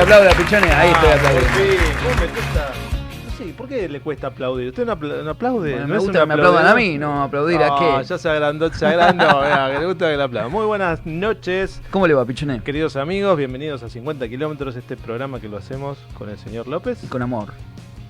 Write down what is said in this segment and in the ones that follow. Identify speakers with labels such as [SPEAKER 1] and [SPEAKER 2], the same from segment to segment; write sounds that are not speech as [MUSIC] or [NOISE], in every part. [SPEAKER 1] aplaude a Pichone,
[SPEAKER 2] Ah,
[SPEAKER 1] ahí estoy aplaudiendo.
[SPEAKER 2] No sé, ¿por qué le cuesta aplaudir? ¿Usted no, apla- no aplaude?
[SPEAKER 1] Bueno,
[SPEAKER 2] ¿No
[SPEAKER 1] me
[SPEAKER 2] es
[SPEAKER 1] gusta
[SPEAKER 2] un
[SPEAKER 1] que me aplaudan a
[SPEAKER 2] aplaudidor?
[SPEAKER 1] mí, no aplaudir a
[SPEAKER 2] Ah,
[SPEAKER 1] qué.
[SPEAKER 2] Ya se agrandó, se agrandó. [LAUGHS] mirá, que le gusta que le aplaudan. Muy buenas noches,
[SPEAKER 1] ¿Cómo le va, Pichone?
[SPEAKER 2] queridos amigos. Bienvenidos a 50 kilómetros, este programa que lo hacemos con el señor López.
[SPEAKER 1] Con amor.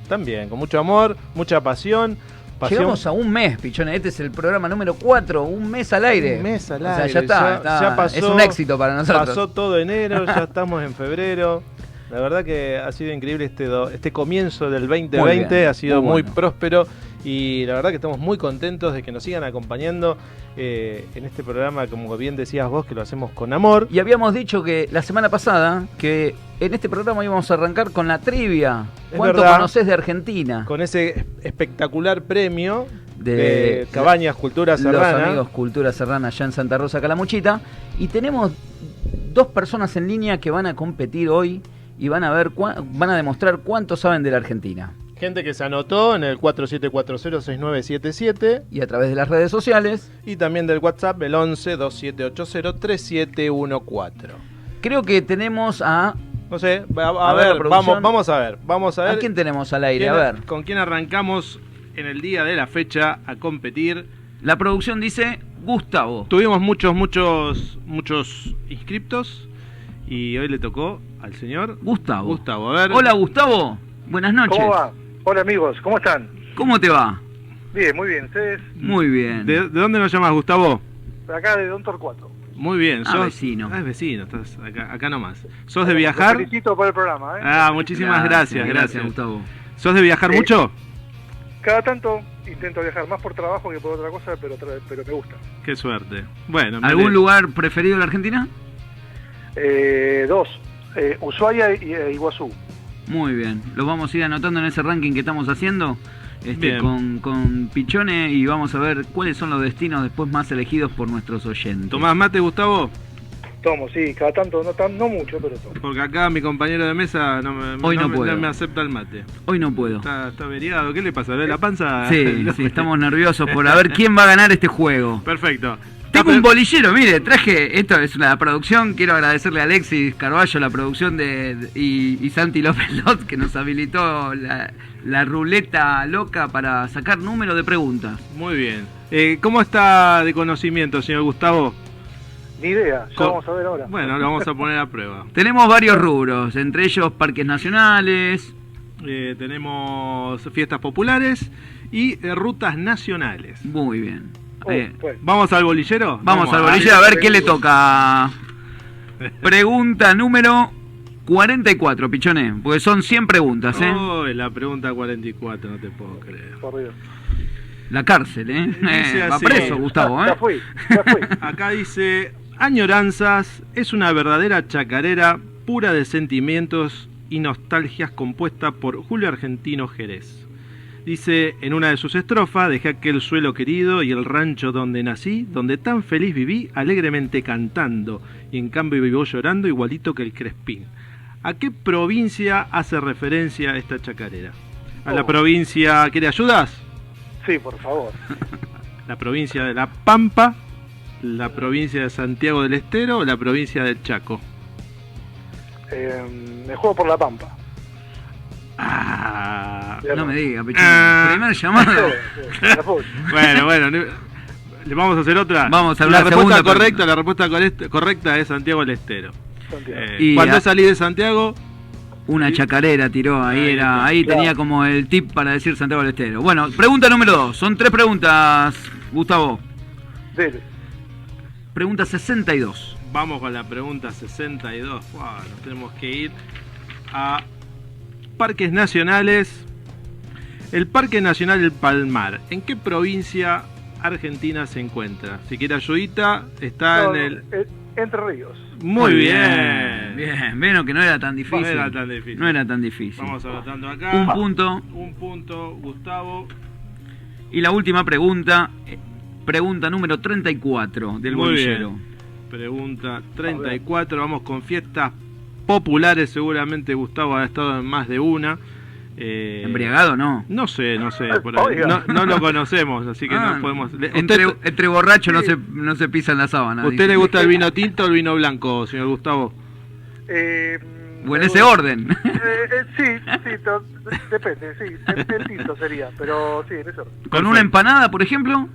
[SPEAKER 2] También, con mucho amor, mucha pasión. pasión
[SPEAKER 1] Llegamos a un mes, Pichone. Este es el programa número 4, un mes al aire.
[SPEAKER 2] Un mes al
[SPEAKER 1] O sea,
[SPEAKER 2] aire,
[SPEAKER 1] ya está.
[SPEAKER 2] ya-
[SPEAKER 1] está-
[SPEAKER 2] ya pasó-
[SPEAKER 1] es un éxito para nosotros.
[SPEAKER 2] Pasó todo enero, ya estamos en febrero. La verdad que ha sido increíble este, do- este comienzo del 2020,
[SPEAKER 1] bien,
[SPEAKER 2] ha sido
[SPEAKER 1] muy
[SPEAKER 2] muy,
[SPEAKER 1] bueno.
[SPEAKER 2] próspero y la verdad que estamos muy contentos de que nos sigan acompañando eh, en este programa, como bien decías vos, que lo hacemos con amor.
[SPEAKER 1] Y habíamos dicho que la semana pasada que en este programa íbamos a arrancar con la trivia.
[SPEAKER 2] Es
[SPEAKER 1] ¿Cuánto
[SPEAKER 2] verdad.
[SPEAKER 1] conoces de Argentina?
[SPEAKER 2] Con ese espectacular premio
[SPEAKER 1] De-
[SPEAKER 2] de, Cabañas Cultura
[SPEAKER 1] Los
[SPEAKER 2] Serrana.
[SPEAKER 1] amigos Cultura Serrana allá en Santa Rosa Calamuchita. Y tenemos dos personas en línea que van a competir hoy y van a ver cua- van a demostrar cuánto saben de la Argentina.
[SPEAKER 2] Gente que se anotó en el 47406977
[SPEAKER 1] Y a través de las redes sociales,
[SPEAKER 2] y también del WhatsApp el 11 2780 3714.
[SPEAKER 1] creo que tenemos a.
[SPEAKER 2] No sé, a, a
[SPEAKER 1] A ver,
[SPEAKER 2] ver,
[SPEAKER 1] producción.
[SPEAKER 2] vamos, vamos a ver, vamos a
[SPEAKER 1] ¿A
[SPEAKER 2] ver.
[SPEAKER 1] quién tenemos al aire?
[SPEAKER 2] quién-
[SPEAKER 1] A ver.
[SPEAKER 2] ¿Con quién arrancamos en el día de la fecha a competir?
[SPEAKER 1] La producción dice Gustavo.
[SPEAKER 2] Tuvimos muchos, muchos, muchos inscriptos y hoy le tocó al señor
[SPEAKER 1] Gustavo.
[SPEAKER 2] Gustavo. A ver,
[SPEAKER 1] Hola Gustavo. Buenas noches.
[SPEAKER 3] ¿Cómo va? Hola amigos, ¿cómo están?
[SPEAKER 1] ¿Cómo te va?
[SPEAKER 3] Bien, muy bien. Ustedes,
[SPEAKER 1] Muy bien.
[SPEAKER 2] Mm. ¿de, de dónde nos llamas, Gustavo?
[SPEAKER 3] acá de Don Torcuato.
[SPEAKER 2] Muy bien,
[SPEAKER 1] Ah,
[SPEAKER 2] sos
[SPEAKER 1] vecino.
[SPEAKER 2] Ah, es vecino, estás acá, acá nomás. ¿Sos de
[SPEAKER 3] Los
[SPEAKER 2] viajar?
[SPEAKER 3] felicito por el programa. ¿eh?
[SPEAKER 2] Ah, muchísimas gracias, gracias.
[SPEAKER 1] Gustavo.
[SPEAKER 2] ¿Sos de viajar
[SPEAKER 3] Sí.
[SPEAKER 2] mucho?
[SPEAKER 3] Cada tanto intento viajar más por trabajo que por otra cosa, pero, tra- pero me gusta.
[SPEAKER 2] Qué suerte. Bueno, me
[SPEAKER 1] ¿Algún
[SPEAKER 2] alegro.
[SPEAKER 1] lugar preferido de la Argentina?
[SPEAKER 3] Eh, dos, eh, Ushuaia y e Iguazú.
[SPEAKER 1] Muy bien, lo vamos a ir anotando en ese ranking que estamos haciendo este,
[SPEAKER 2] Bien.
[SPEAKER 1] con, con Pichone y vamos a ver cuáles son los destinos después más elegidos por nuestros oyentes.
[SPEAKER 2] ¿Tomás mate, Gustavo?
[SPEAKER 3] Tomo, sí, cada tanto, no, tan, no mucho, pero tomo.
[SPEAKER 2] Porque acá mi compañero de mesa no me,
[SPEAKER 1] Hoy no
[SPEAKER 2] me-
[SPEAKER 1] puedo.
[SPEAKER 2] me acepta el mate.
[SPEAKER 1] Hoy no puedo.
[SPEAKER 2] Está, está averiado. ¿Qué le pasa? ¿Le la panza?
[SPEAKER 1] Eh, [LAUGHS]
[SPEAKER 2] [LAUGHS]
[SPEAKER 1] Sí, sí, estamos nerviosos por a ver quién va a ganar este juego.
[SPEAKER 2] Perfecto.
[SPEAKER 1] Tengo
[SPEAKER 2] Ah,
[SPEAKER 1] un
[SPEAKER 2] pero-
[SPEAKER 1] bolillero, mire, traje, esto es una producción, quiero agradecerle a Alexis Carballo la producción de, de- y, y Santi López Lot que nos habilitó la, la ruleta loca para sacar número de preguntas.
[SPEAKER 2] Muy bien. Eh, ¿Cómo está de conocimiento, señor Gustavo?
[SPEAKER 3] Ni idea, ya
[SPEAKER 2] Co-
[SPEAKER 3] vamos a ver ahora.
[SPEAKER 2] Bueno, lo vamos a poner a prueba.
[SPEAKER 1] Tenemos varios rubros, entre ellos parques nacionales,
[SPEAKER 2] Eh, tenemos fiestas populares y eh, rutas nacionales.
[SPEAKER 1] Muy bien.
[SPEAKER 3] Oh,
[SPEAKER 1] Eh,
[SPEAKER 3] bueno.
[SPEAKER 2] ¿Vamos al bolillero?
[SPEAKER 1] vamos al
[SPEAKER 2] a-
[SPEAKER 1] bolillo a ver qué le toca. Pregunta número 44, Pichoné, porque son 100 preguntas, ¿eh?
[SPEAKER 2] Uy, oh, la pregunta 44, no te puedo creer.
[SPEAKER 3] Por Dios.
[SPEAKER 1] La cárcel, ¿eh?
[SPEAKER 2] Dice
[SPEAKER 1] Eh, va
[SPEAKER 2] así.
[SPEAKER 1] preso, Gustavo,
[SPEAKER 3] Ya
[SPEAKER 1] ¿eh?
[SPEAKER 3] fui, ya
[SPEAKER 2] [LAUGHS]
[SPEAKER 3] fui.
[SPEAKER 2] Acá dice, Añoranzas es una verdadera chacarera pura de sentimientos y nostalgias compuesta por Julio Argentino Jerez. Dice, en una de sus estrofas, dejé aquel suelo querido y el rancho donde nací, donde tan feliz viví, alegremente cantando, y en cambio vivió llorando igualito que el Crespín. ¿A qué provincia hace referencia esta chacarera? A la
[SPEAKER 3] Oh.
[SPEAKER 2] provincia, ¿quiere ayudas?
[SPEAKER 3] Sí, por favor.
[SPEAKER 2] la provincia de La Pampa, la provincia de Santiago del Estero o la provincia del Chaco.
[SPEAKER 3] Eh, me juego por
[SPEAKER 2] [LAUGHS]
[SPEAKER 3] la pampa.
[SPEAKER 2] Ah.
[SPEAKER 3] Ya
[SPEAKER 1] No me diga, Pichoné.
[SPEAKER 2] Ah.
[SPEAKER 1] Primer llamado.
[SPEAKER 3] Sí, la fui.
[SPEAKER 2] Bueno, bueno, no- le vamos a hacer otra.
[SPEAKER 1] Vamos a
[SPEAKER 2] la
[SPEAKER 1] hablar segunda
[SPEAKER 2] respuesta
[SPEAKER 1] pregunta.
[SPEAKER 2] correcta, la respuesta correcta- correcta es Santiago del Estero.
[SPEAKER 3] Santiago.
[SPEAKER 2] Eh,
[SPEAKER 1] Y
[SPEAKER 2] cuando
[SPEAKER 1] a-
[SPEAKER 2] salí de Santiago,
[SPEAKER 1] Una chacarera tiró, ahí
[SPEAKER 2] Ahí
[SPEAKER 1] era,
[SPEAKER 2] está.
[SPEAKER 1] ahí tenía como el tip para decir Santiago del Estero. Bueno, pregunta número 2, son tres preguntas, Gustavo.
[SPEAKER 3] Dele.
[SPEAKER 1] Pregunta 62.
[SPEAKER 2] vamos con la pregunta 62. Buah, nos tenemos que ir a parques nacionales. El Parque Nacional del Palmar, ¿en qué provincia argentina se encuentra? Si quiere ayudita, está
[SPEAKER 3] No,
[SPEAKER 2] en el
[SPEAKER 3] eh, Entre Ríos.
[SPEAKER 2] Muy bien.
[SPEAKER 1] Bien, vieron que no era tan difícil.
[SPEAKER 2] No era tan difícil.
[SPEAKER 1] No era tan difícil.
[SPEAKER 2] Vamos anotando acá.
[SPEAKER 1] Un punto.
[SPEAKER 2] Un punto, Gustavo.
[SPEAKER 1] Y la última pregunta, eh, pregunta número 34 del
[SPEAKER 2] Muy
[SPEAKER 1] bolillero.
[SPEAKER 2] Pregunta 34. Vamos con fiestas populares. Seguramente Gustavo ha estado en más de una. Eh,
[SPEAKER 1] ¿Embriagado no?
[SPEAKER 2] No sé, no sé. por ahí.
[SPEAKER 3] Oiga.
[SPEAKER 2] no, no lo conocemos, así que
[SPEAKER 1] Ah,
[SPEAKER 2] no podemos. le-
[SPEAKER 1] Entre,
[SPEAKER 2] ¿Usted,
[SPEAKER 1] entre borrachos no se, no se pisan la sábana.
[SPEAKER 2] usted le gusta el vino tinto o el vino blanco, señor Gustavo?
[SPEAKER 3] Eh,
[SPEAKER 1] o en ese orden. [LAUGHS]
[SPEAKER 3] Eh, eh, sí, sí, to- depende, sí, en- en tinto sería, pero sí, en eso,
[SPEAKER 1] ¿Con una empanada, por ejemplo?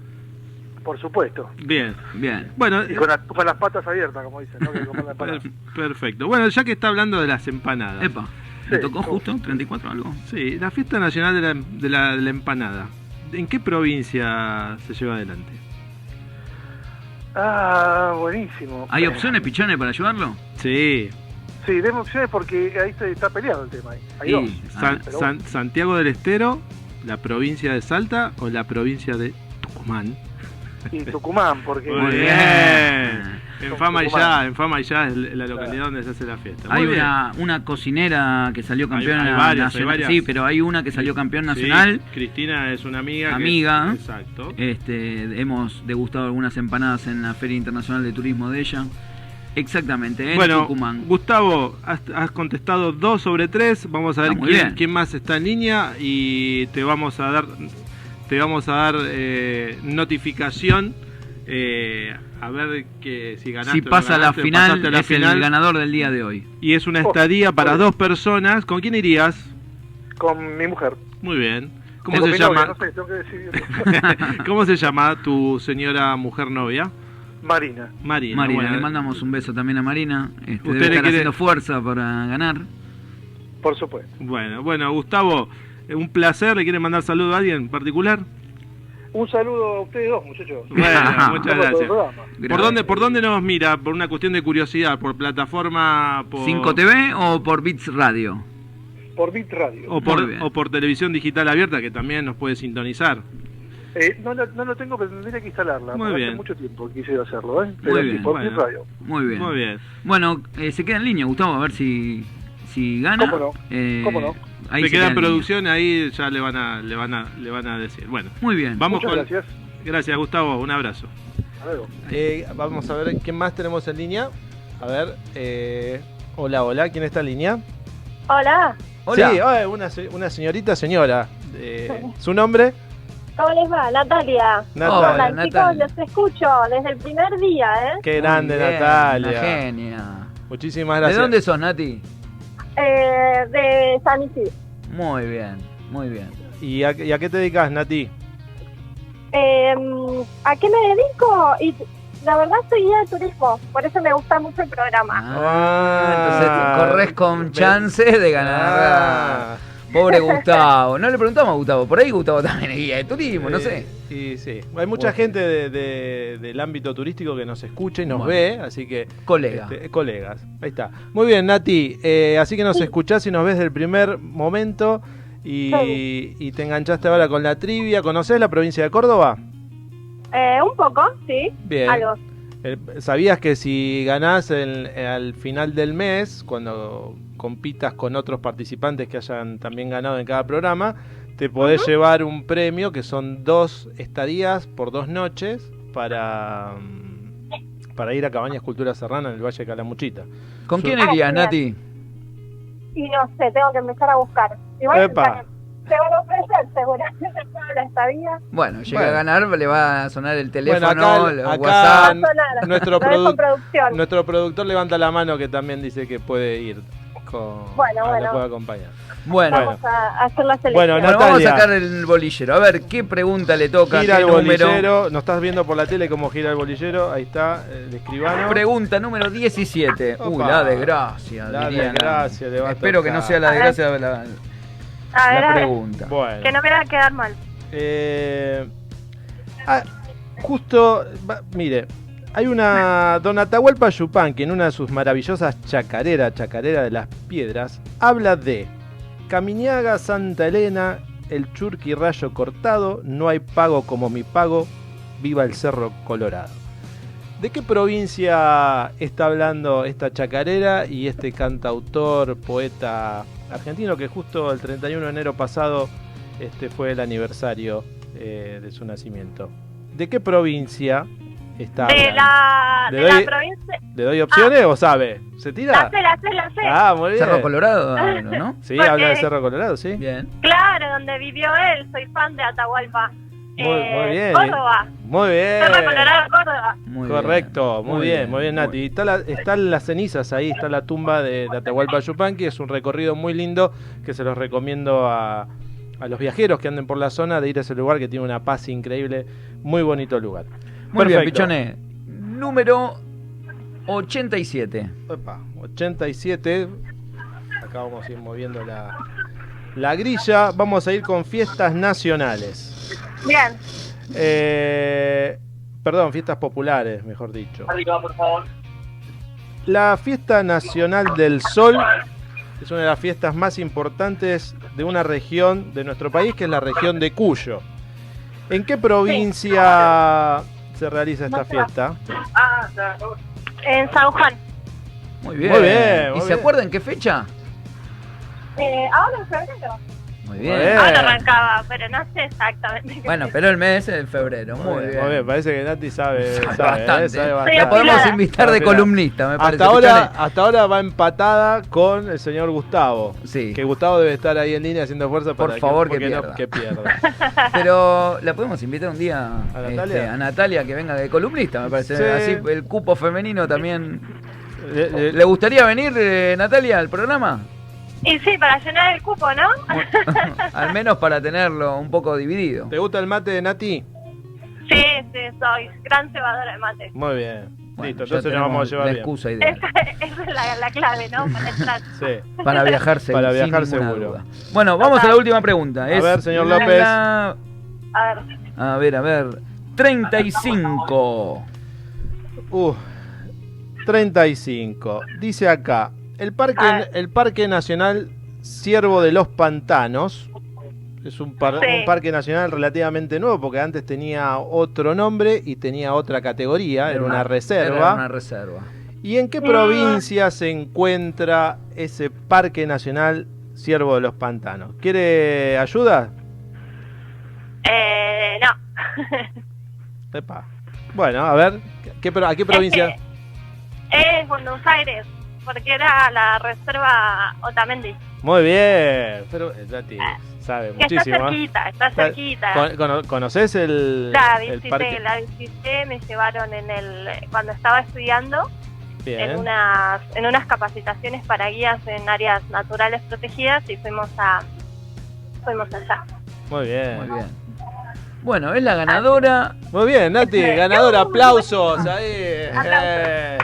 [SPEAKER 3] por supuesto.
[SPEAKER 4] Bien.
[SPEAKER 1] Bien.
[SPEAKER 4] Bueno,
[SPEAKER 3] Y con, la- con las patas abiertas, como dicen, ¿no? Que comer la empanada.
[SPEAKER 4] per- perfecto. Bueno, ya que está hablando de las empanadas.
[SPEAKER 1] Epa. ¿Le
[SPEAKER 3] Sí,
[SPEAKER 1] tocó
[SPEAKER 3] ¿cómo?
[SPEAKER 1] justo? ¿34 algo?
[SPEAKER 4] Sí, la fiesta nacional de la, de la- de la empanada. ¿En qué provincia se lleva adelante?
[SPEAKER 3] Ah, buenísimo.
[SPEAKER 1] ¿Hay
[SPEAKER 3] Eh,
[SPEAKER 1] opciones, pichones, para ayudarlo?
[SPEAKER 4] Sí,
[SPEAKER 3] Sí, demos opciones porque ahí se está peleado el tema. Ahí, Ahí
[SPEAKER 1] Y-
[SPEAKER 3] vamos.
[SPEAKER 4] San-
[SPEAKER 1] Ah,
[SPEAKER 3] pero
[SPEAKER 4] San- Santiago del Estero, la provincia de Salta o la provincia de Tucumán.
[SPEAKER 3] Y Tucumán, porque... eh,
[SPEAKER 1] Muy bien.
[SPEAKER 4] En
[SPEAKER 3] Con
[SPEAKER 4] Fama y
[SPEAKER 3] Tucumán.
[SPEAKER 4] ya, en Fama y ya es la localidad donde se hace la fiesta. Muy
[SPEAKER 1] Hay
[SPEAKER 4] bien.
[SPEAKER 1] una, una cocinera que salió campeona
[SPEAKER 4] hay varias, hay
[SPEAKER 1] nacional.
[SPEAKER 4] varias.
[SPEAKER 1] Sí, pero hay una que salió campeón nacional.
[SPEAKER 4] Sí, Cristina es una amiga. que-
[SPEAKER 1] Amiga.
[SPEAKER 4] exacto.
[SPEAKER 1] Este, hemos degustado algunas empanadas en la Feria Internacional de Turismo de ella. Exactamente, en
[SPEAKER 4] bueno,
[SPEAKER 1] Tucumán.
[SPEAKER 4] Gustavo, has, has contestado 2 sobre 3. Vamos a ver
[SPEAKER 1] Ah, muy
[SPEAKER 4] quién,
[SPEAKER 1] bien.
[SPEAKER 4] quién más está en línea y te vamos a dar te vamos a dar eh, notificación eh, a ver que si ganaste.
[SPEAKER 1] Si
[SPEAKER 4] o no
[SPEAKER 1] pasa la
[SPEAKER 4] ganaste,
[SPEAKER 1] final,
[SPEAKER 4] pasaste a la
[SPEAKER 1] es
[SPEAKER 4] final.
[SPEAKER 1] el ganador del día de hoy.
[SPEAKER 4] y es una
[SPEAKER 3] Oh,
[SPEAKER 4] estadía para
[SPEAKER 3] oh.
[SPEAKER 4] dos personas. ¿Con quién irías?
[SPEAKER 3] Con mi mujer.
[SPEAKER 4] Muy bien. ¿Cómo
[SPEAKER 3] Con
[SPEAKER 4] se
[SPEAKER 3] mi novia,
[SPEAKER 4] llama?
[SPEAKER 3] No sé, tengo que decidir.
[SPEAKER 4] [LAUGHS]
[SPEAKER 3] [LAUGHS]
[SPEAKER 4] ¿Cómo se llama tu señora mujer novia?
[SPEAKER 3] Marina.
[SPEAKER 4] Marina.
[SPEAKER 1] Marina,
[SPEAKER 4] bueno.
[SPEAKER 1] le mandamos un beso también a Marina. Este,
[SPEAKER 4] Usted
[SPEAKER 1] debe
[SPEAKER 4] le
[SPEAKER 1] estar
[SPEAKER 4] quiere-
[SPEAKER 1] haciendo fuerza para ganar.
[SPEAKER 3] Por supuesto.
[SPEAKER 4] Bueno, bueno, Gustavo, eh, un placer. ¿Le quiere mandar saludo a alguien en particular?
[SPEAKER 3] Un saludo a ustedes dos, muchachos.
[SPEAKER 4] Bueno,
[SPEAKER 3] [LAUGHS]
[SPEAKER 4] muchas
[SPEAKER 3] Estamos por el
[SPEAKER 4] gracias.
[SPEAKER 3] programa.
[SPEAKER 4] ¿Por dónde, ¿Por dónde nos mira? ¿Por una cuestión de curiosidad? ¿Por plataforma? Por,
[SPEAKER 1] 5TV o por Bits Radio.
[SPEAKER 3] Por Bit Radio.
[SPEAKER 4] O por,
[SPEAKER 1] Muy bien.
[SPEAKER 4] o por televisión digital abierta, que también nos puede sintonizar.
[SPEAKER 3] Eh, no, la- no lo tengo, pero tendría que instalarla.
[SPEAKER 4] Muy
[SPEAKER 3] porque
[SPEAKER 4] bien.
[SPEAKER 3] Hace mucho tiempo que quisiera hacerlo, ¿eh? Pero
[SPEAKER 1] Muy
[SPEAKER 3] sí,
[SPEAKER 1] bien,
[SPEAKER 3] por
[SPEAKER 4] bueno.
[SPEAKER 3] Bit Radio.
[SPEAKER 1] Muy bien.
[SPEAKER 4] Muy bien.
[SPEAKER 1] Bueno, eh, se queda en línea, Gustavo, a ver si, si gana.
[SPEAKER 3] Cómo no,
[SPEAKER 1] Eh,
[SPEAKER 3] cómo no.
[SPEAKER 1] ahí
[SPEAKER 4] se queda en
[SPEAKER 1] en línea.
[SPEAKER 4] producción, ahí ya le van a, le van a, le van a decir. Bueno,
[SPEAKER 1] Muy bien.
[SPEAKER 4] Vamos con-
[SPEAKER 3] Muchas gracias.
[SPEAKER 4] gracias Gustavo, un abrazo.
[SPEAKER 3] Hasta luego.
[SPEAKER 4] Eh, vamos a ver quién más tenemos en línea. A ver, eh, hola, hola, ¿quién está en línea?
[SPEAKER 5] Hola,
[SPEAKER 1] Hola.
[SPEAKER 4] una, señorita, señora. ¿Su nombre?
[SPEAKER 5] ¿cómo les va? Natalia.
[SPEAKER 1] Natalia.
[SPEAKER 5] Hola, chicos,
[SPEAKER 1] Natalia.
[SPEAKER 5] los escucho desde el primer día, ¿eh?
[SPEAKER 2] Qué
[SPEAKER 1] Muy
[SPEAKER 2] grande,
[SPEAKER 1] bien,
[SPEAKER 2] Natalia.
[SPEAKER 1] una genia.
[SPEAKER 2] Muchísimas gracias.
[SPEAKER 1] ¿De dónde sos, Nati?
[SPEAKER 5] Eh, de San Isidro.
[SPEAKER 1] Muy bien, muy bien.
[SPEAKER 2] ¿Y a, y a qué te dedicas, Nati?
[SPEAKER 5] Eh, ¿A qué me dedico? Y la verdad soy guía de turismo, por eso me gusta mucho el programa.
[SPEAKER 2] Ah,
[SPEAKER 1] Ah, entonces corres con
[SPEAKER 2] ve-
[SPEAKER 1] chance de ganar.
[SPEAKER 2] Ah.
[SPEAKER 1] Pobre Gustavo. No le preguntamos a Gustavo, por ahí Gustavo también es guía de turismo, no
[SPEAKER 2] Eh,
[SPEAKER 1] sé.
[SPEAKER 2] Y sí, hay mucha
[SPEAKER 1] Bueno.
[SPEAKER 2] gente de- de- del ámbito turístico que nos escucha y nos
[SPEAKER 1] Bueno.
[SPEAKER 2] ve, así que
[SPEAKER 1] Colega.
[SPEAKER 2] este, colegas. Ahí está. Muy bien, Nati. eh, así que nos escuchás y nos ves del primer momento y, y te enganchaste ahora con la trivia. ¿Conoces la provincia de Córdoba?
[SPEAKER 5] Eh, un poco, sí,
[SPEAKER 2] Bien.
[SPEAKER 5] algo.
[SPEAKER 2] Eh, ¿Sabías que si ganás el- al final del mes, cuando compitas con otros participantes que hayan también ganado en cada programa, te podés llevar un premio que son dos estadías por dos noches para, mm, para ir a Cabañas Cultura Serrana en el Valle de Calamuchita?
[SPEAKER 1] ¿Con
[SPEAKER 2] su-
[SPEAKER 1] quién
[SPEAKER 5] Ah,
[SPEAKER 1] irías,
[SPEAKER 5] bien.
[SPEAKER 1] Nati?
[SPEAKER 5] Y no sé, tengo que empezar a buscar. Igual
[SPEAKER 2] Epa.
[SPEAKER 5] se van a ofrecer seguramente [LAUGHS] toda la estadía.
[SPEAKER 1] Bueno, llega
[SPEAKER 2] Bueno.
[SPEAKER 1] a ganar, le va a sonar el teléfono,
[SPEAKER 2] acá-
[SPEAKER 1] el
[SPEAKER 2] acá-
[SPEAKER 5] Va
[SPEAKER 1] WhatsApp.
[SPEAKER 5] a sonar.
[SPEAKER 2] nuestro
[SPEAKER 5] Lo dejo en
[SPEAKER 2] produc-
[SPEAKER 5] producción.
[SPEAKER 2] Nuestro productor levanta la mano que también dice que puede ir. Con,
[SPEAKER 5] Bueno,
[SPEAKER 2] a- la
[SPEAKER 5] bueno.
[SPEAKER 2] puede acompañar.
[SPEAKER 1] Bueno,
[SPEAKER 5] Vamos a hacer la selección.
[SPEAKER 2] Bueno,
[SPEAKER 1] Bueno, vamos a
[SPEAKER 2] Natalia.
[SPEAKER 1] sacar el bolillero. A ver, ¿qué pregunta le toca?
[SPEAKER 2] Gira
[SPEAKER 1] ¿Qué
[SPEAKER 2] el
[SPEAKER 1] número?
[SPEAKER 2] bolillero. Nos estás viendo por la tele cómo gira el bolillero. Ahí está eh, el escribano.
[SPEAKER 1] Pregunta número 17. Uy,
[SPEAKER 2] Opa.
[SPEAKER 1] la desgracia.
[SPEAKER 2] La
[SPEAKER 1] dirían.
[SPEAKER 2] desgracia le va a
[SPEAKER 1] Espero que
[SPEAKER 2] tocar.
[SPEAKER 1] no sea la desgracia la, la-
[SPEAKER 5] a
[SPEAKER 1] la
[SPEAKER 5] ver, a ver,
[SPEAKER 1] pregunta.
[SPEAKER 2] Bueno.
[SPEAKER 5] que no me va a quedar mal.
[SPEAKER 2] Eh, ah, justo, va- mire, hay una. Don Atahualpa Yupanqui, que en una de sus maravillosas chacareras, Chacarera de las Piedras, habla de Caminiaga, Santa Elena, el churqui rayo cortado, no hay pago como mi pago, viva el cerro colorado. ¿De qué provincia está hablando esta chacarera y este cantautor, poeta argentino que justo el 31 de enero pasado este fue el aniversario eh, de su nacimiento. ¿De qué provincia está?
[SPEAKER 5] De
[SPEAKER 2] hablando?
[SPEAKER 5] la,
[SPEAKER 2] Le
[SPEAKER 5] de la
[SPEAKER 2] doy-
[SPEAKER 5] provincia.
[SPEAKER 2] ¿Le doy opciones o sabe? ¿Se tira?
[SPEAKER 5] La sé, la sé, la sé.
[SPEAKER 2] Ah, muy bien.
[SPEAKER 1] Cerro Colorado, hablo, ¿no?
[SPEAKER 2] Sí,
[SPEAKER 5] Porque-
[SPEAKER 2] habla de Cerro Colorado, sí.
[SPEAKER 1] Bien.
[SPEAKER 5] Claro, donde vivió él, soy fan de Atahualpa.
[SPEAKER 2] Muy, muy
[SPEAKER 5] eh,
[SPEAKER 2] bien. Eh.
[SPEAKER 5] Córdoba.
[SPEAKER 2] Muy bien.
[SPEAKER 5] Cerro Colorado, Córdoba.
[SPEAKER 6] Muy bien.
[SPEAKER 2] Correcto, muy, bien, muy bien, Nati. Está la- están las cenizas ahí, está la tumba de, de Atahualpa Yupanqui. Es un recorrido muy lindo que se los recomiendo a, a los viajeros que anden por la zona de ir a ese lugar que tiene una paz increíble. Muy bonito lugar.
[SPEAKER 1] Muy bien,
[SPEAKER 2] Perfecto.
[SPEAKER 1] Pichone. Número 87.
[SPEAKER 2] Epa, 87. Acá vamos a ir moviendo la, la grilla. Vamos a ir con fiestas nacionales.
[SPEAKER 5] Bien.
[SPEAKER 2] Eh, perdón, fiestas populares, mejor dicho. La fiesta nacional del sol es una de las fiestas más importantes de una región de nuestro país, que es la región de Cuyo. ¿En qué provincia se realiza esta fiesta? Ah,
[SPEAKER 5] En San Juan.
[SPEAKER 1] Muy bien.
[SPEAKER 2] Muy bien,
[SPEAKER 1] ¿Y
[SPEAKER 2] muy
[SPEAKER 1] se
[SPEAKER 2] bien.
[SPEAKER 1] acuerdan qué fecha?
[SPEAKER 5] Eh, ahora en febrero.
[SPEAKER 1] Muy
[SPEAKER 2] Muy
[SPEAKER 1] bien.
[SPEAKER 2] bien.
[SPEAKER 5] Ahora arrancaba, pero no sé exactamente. qué
[SPEAKER 1] Bueno,
[SPEAKER 5] fecha.
[SPEAKER 1] pero el mes es de febrero. Muy, bien. Ah,
[SPEAKER 2] Muy bien, parece que
[SPEAKER 1] [LAUGHS]
[SPEAKER 2] Nati sabe, sabe,
[SPEAKER 1] Bastante.
[SPEAKER 2] eh, sabe
[SPEAKER 1] La
[SPEAKER 2] bastante.
[SPEAKER 1] La podemos
[SPEAKER 5] Claro.
[SPEAKER 1] invitar de
[SPEAKER 2] Claro.
[SPEAKER 1] columnista, me parece.
[SPEAKER 2] Hasta ahora,
[SPEAKER 1] Pichone.
[SPEAKER 2] hasta ahora va empatada con el señor Gustavo.
[SPEAKER 1] Sí.
[SPEAKER 2] Que Gustavo debe estar ahí en línea haciendo fuerza
[SPEAKER 1] Por
[SPEAKER 2] para
[SPEAKER 1] favor, que
[SPEAKER 2] porque no-
[SPEAKER 1] pierda.
[SPEAKER 2] que pierda.
[SPEAKER 1] [LAUGHS] Pero la podemos invitar un día
[SPEAKER 2] ¿A
[SPEAKER 1] este,
[SPEAKER 2] Natalia?
[SPEAKER 1] a Natalia que venga de columnista, me parece.
[SPEAKER 2] Sí.
[SPEAKER 1] Así el cupo femenino también.
[SPEAKER 2] Le- le-
[SPEAKER 1] ¿Le gustaría venir, eh, Natalia, al programa? [LAUGHS]
[SPEAKER 5] Y sí, para llenar el cupo, ¿no?
[SPEAKER 1] al menos para tenerlo un poco dividido.
[SPEAKER 2] ¿Te gusta el mate de Nati?
[SPEAKER 5] Sí, sí, soy gran cebadora de mate.
[SPEAKER 2] Muy bien.
[SPEAKER 1] Bueno,
[SPEAKER 2] Listo,
[SPEAKER 1] ya
[SPEAKER 2] entonces nos
[SPEAKER 1] tenemos
[SPEAKER 2] vamos a llevar
[SPEAKER 1] la
[SPEAKER 2] bien.
[SPEAKER 1] excusa ideal.
[SPEAKER 5] [LAUGHS] Esa, esa es la, la clave, ¿no? Para entrar.
[SPEAKER 2] Sí.
[SPEAKER 1] Para viajar seguro.
[SPEAKER 2] Para viajar
[SPEAKER 1] sin ninguna
[SPEAKER 2] seguro.
[SPEAKER 1] duda. Bueno, vamos a la última pregunta.
[SPEAKER 2] A
[SPEAKER 1] Es
[SPEAKER 2] ver, señor
[SPEAKER 1] la-
[SPEAKER 2] López.
[SPEAKER 5] A ver.
[SPEAKER 1] A ver, a ver. 35.
[SPEAKER 2] Uh, 35. Dice acá, el parque,
[SPEAKER 5] Ah.
[SPEAKER 2] el parque Nacional Ciervo de los Pantanos es un, par-
[SPEAKER 5] Sí.
[SPEAKER 2] un parque nacional relativamente nuevo porque antes tenía otro nombre y tenía otra categoría, Ah, era, una, reserva.
[SPEAKER 1] Era una reserva.
[SPEAKER 2] ¿Y en
[SPEAKER 5] Ah.
[SPEAKER 2] qué provincia se encuentra ese parque nacional Ciervo de los Pantanos? ¿Quiere ayuda?
[SPEAKER 5] Eh, no.
[SPEAKER 2] Epa. Bueno, a ver, ¿qué pro- ¿a qué provincia?
[SPEAKER 5] Este, Es Buenos Aires, porque era la reserva Otamendi.
[SPEAKER 2] Muy bien. Pero eh, Nati sabe
[SPEAKER 5] Que está
[SPEAKER 2] muchísimo. ¿eh?
[SPEAKER 5] cerquita, está
[SPEAKER 2] Está-
[SPEAKER 5] cerquita.
[SPEAKER 2] Con- cono- ¿Conoces el,
[SPEAKER 5] La
[SPEAKER 2] el
[SPEAKER 5] visité, la visité, me llevaron en el cuando estaba estudiando en
[SPEAKER 2] Bien.
[SPEAKER 5] unas en unas capacitaciones para guías en áreas naturales protegidas y fuimos a fuimos allá.
[SPEAKER 2] Muy bien.
[SPEAKER 1] Muy bien. Bueno, es la ganadora.
[SPEAKER 2] Muy bien,
[SPEAKER 5] [LAUGHS]
[SPEAKER 2] Nati,
[SPEAKER 5] Uh,
[SPEAKER 2] ganador, aplausos ahí. Eh,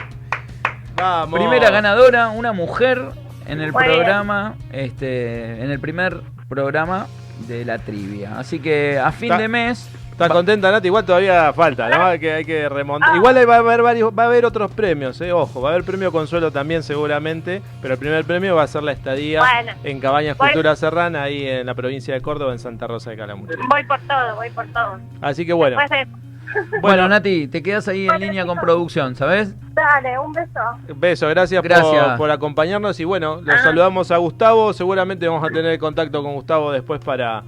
[SPEAKER 2] Vamos.
[SPEAKER 1] Primera ganadora, una mujer en el
[SPEAKER 5] Muy bien.
[SPEAKER 1] programa. Este, en el primer programa de la trivia. Así que a fin
[SPEAKER 2] Ta-
[SPEAKER 1] de mes.
[SPEAKER 2] ¿Estás
[SPEAKER 1] va-
[SPEAKER 2] contenta, Nati? Igual todavía falta, ¿no? Que hay que remontar.
[SPEAKER 5] Ah.
[SPEAKER 2] Igual ahí va a haber varios, va a haber otros premios, eh, ojo, va a haber premio consuelo también seguramente, pero el primer premio va a ser la estadía
[SPEAKER 5] Bueno.
[SPEAKER 2] en Cabañas
[SPEAKER 5] Bueno.
[SPEAKER 2] Cultura Serrana, ahí en la provincia de Córdoba, en Santa Rosa de Calamuchita.
[SPEAKER 5] Voy por todo, voy por todo.
[SPEAKER 2] Así que bueno,
[SPEAKER 5] Después de-
[SPEAKER 1] Bueno, Nati, te quedas ahí en línea con producción, ¿sabes?
[SPEAKER 5] dale, un beso.
[SPEAKER 2] beso, gracias, por- Por,
[SPEAKER 1] Gracias.
[SPEAKER 2] acompañarnos y bueno, los
[SPEAKER 5] Ah.
[SPEAKER 2] saludamos a Gustavo, seguramente vamos a tener contacto con Gustavo después para,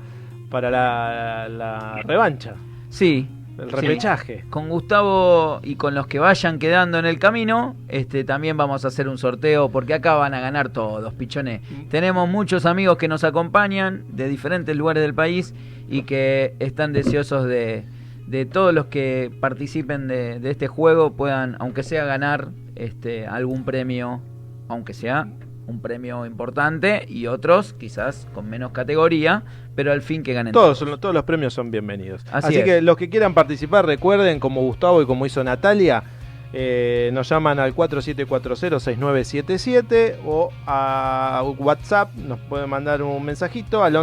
[SPEAKER 2] para la, la revancha,
[SPEAKER 1] Sí.
[SPEAKER 2] el
[SPEAKER 1] Sí.
[SPEAKER 2] repechaje.
[SPEAKER 1] Con Gustavo y con los que vayan quedando en el camino, este, también vamos a hacer un sorteo porque acá van a ganar todos, pichones. Tenemos muchos amigos que nos acompañan de diferentes lugares del país y que están deseosos de, de todos los que participen de, de este juego puedan, aunque sea ganar este, algún premio, aunque sea un premio importante y otros quizás con menos categoría, pero al fin que ganen
[SPEAKER 2] Todos, son- todos los premios son bienvenidos. Así,
[SPEAKER 1] Así es.
[SPEAKER 2] que los que quieran participar, recuerden, como Gustavo y como hizo Natalia, eh, nos llaman al 4740-6977 o a WhatsApp, nos pueden mandar un mensajito al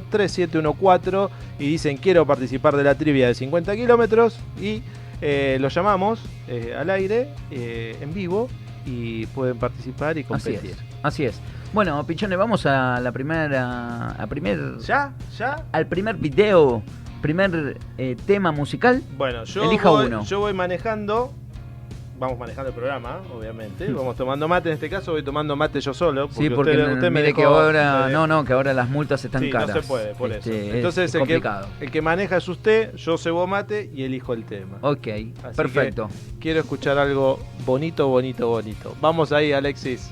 [SPEAKER 2] 11-2780-3714 y dicen quiero participar de la trivia de 50 kilómetros y eh, los llamamos eh, al aire, eh, en vivo y pueden participar y
[SPEAKER 1] Así
[SPEAKER 2] competir.
[SPEAKER 1] es, así es. Bueno, Pichones, vamos a la primera, a primer,
[SPEAKER 2] ¿Ya? ¿Ya?
[SPEAKER 1] al primer video, primer eh, tema musical.
[SPEAKER 2] Bueno, yo,
[SPEAKER 1] Elija
[SPEAKER 2] voy,
[SPEAKER 1] uno.
[SPEAKER 2] yo voy manejando. Vamos manejando el programa, obviamente.
[SPEAKER 1] Mm.
[SPEAKER 2] Vamos tomando mate. En este caso voy tomando mate yo solo.
[SPEAKER 1] sí, porque
[SPEAKER 2] usted,
[SPEAKER 1] n-
[SPEAKER 2] usted me
[SPEAKER 1] mire
[SPEAKER 2] dejó-
[SPEAKER 1] que ahora,
[SPEAKER 2] me
[SPEAKER 1] no,
[SPEAKER 2] dejó-
[SPEAKER 1] no, que ahora las multas están
[SPEAKER 2] Sí,
[SPEAKER 1] caras.
[SPEAKER 2] No se puede, por
[SPEAKER 1] Este,
[SPEAKER 2] eso.
[SPEAKER 1] es-
[SPEAKER 2] Entonces
[SPEAKER 1] es
[SPEAKER 2] el, que,
[SPEAKER 1] complicado.
[SPEAKER 2] el que maneja es usted, yo cebo mate y elijo el tema.
[SPEAKER 1] Ok, perfecto.
[SPEAKER 2] Quiero escuchar algo bonito, bonito, bonito. Vamos ahí, Alexis.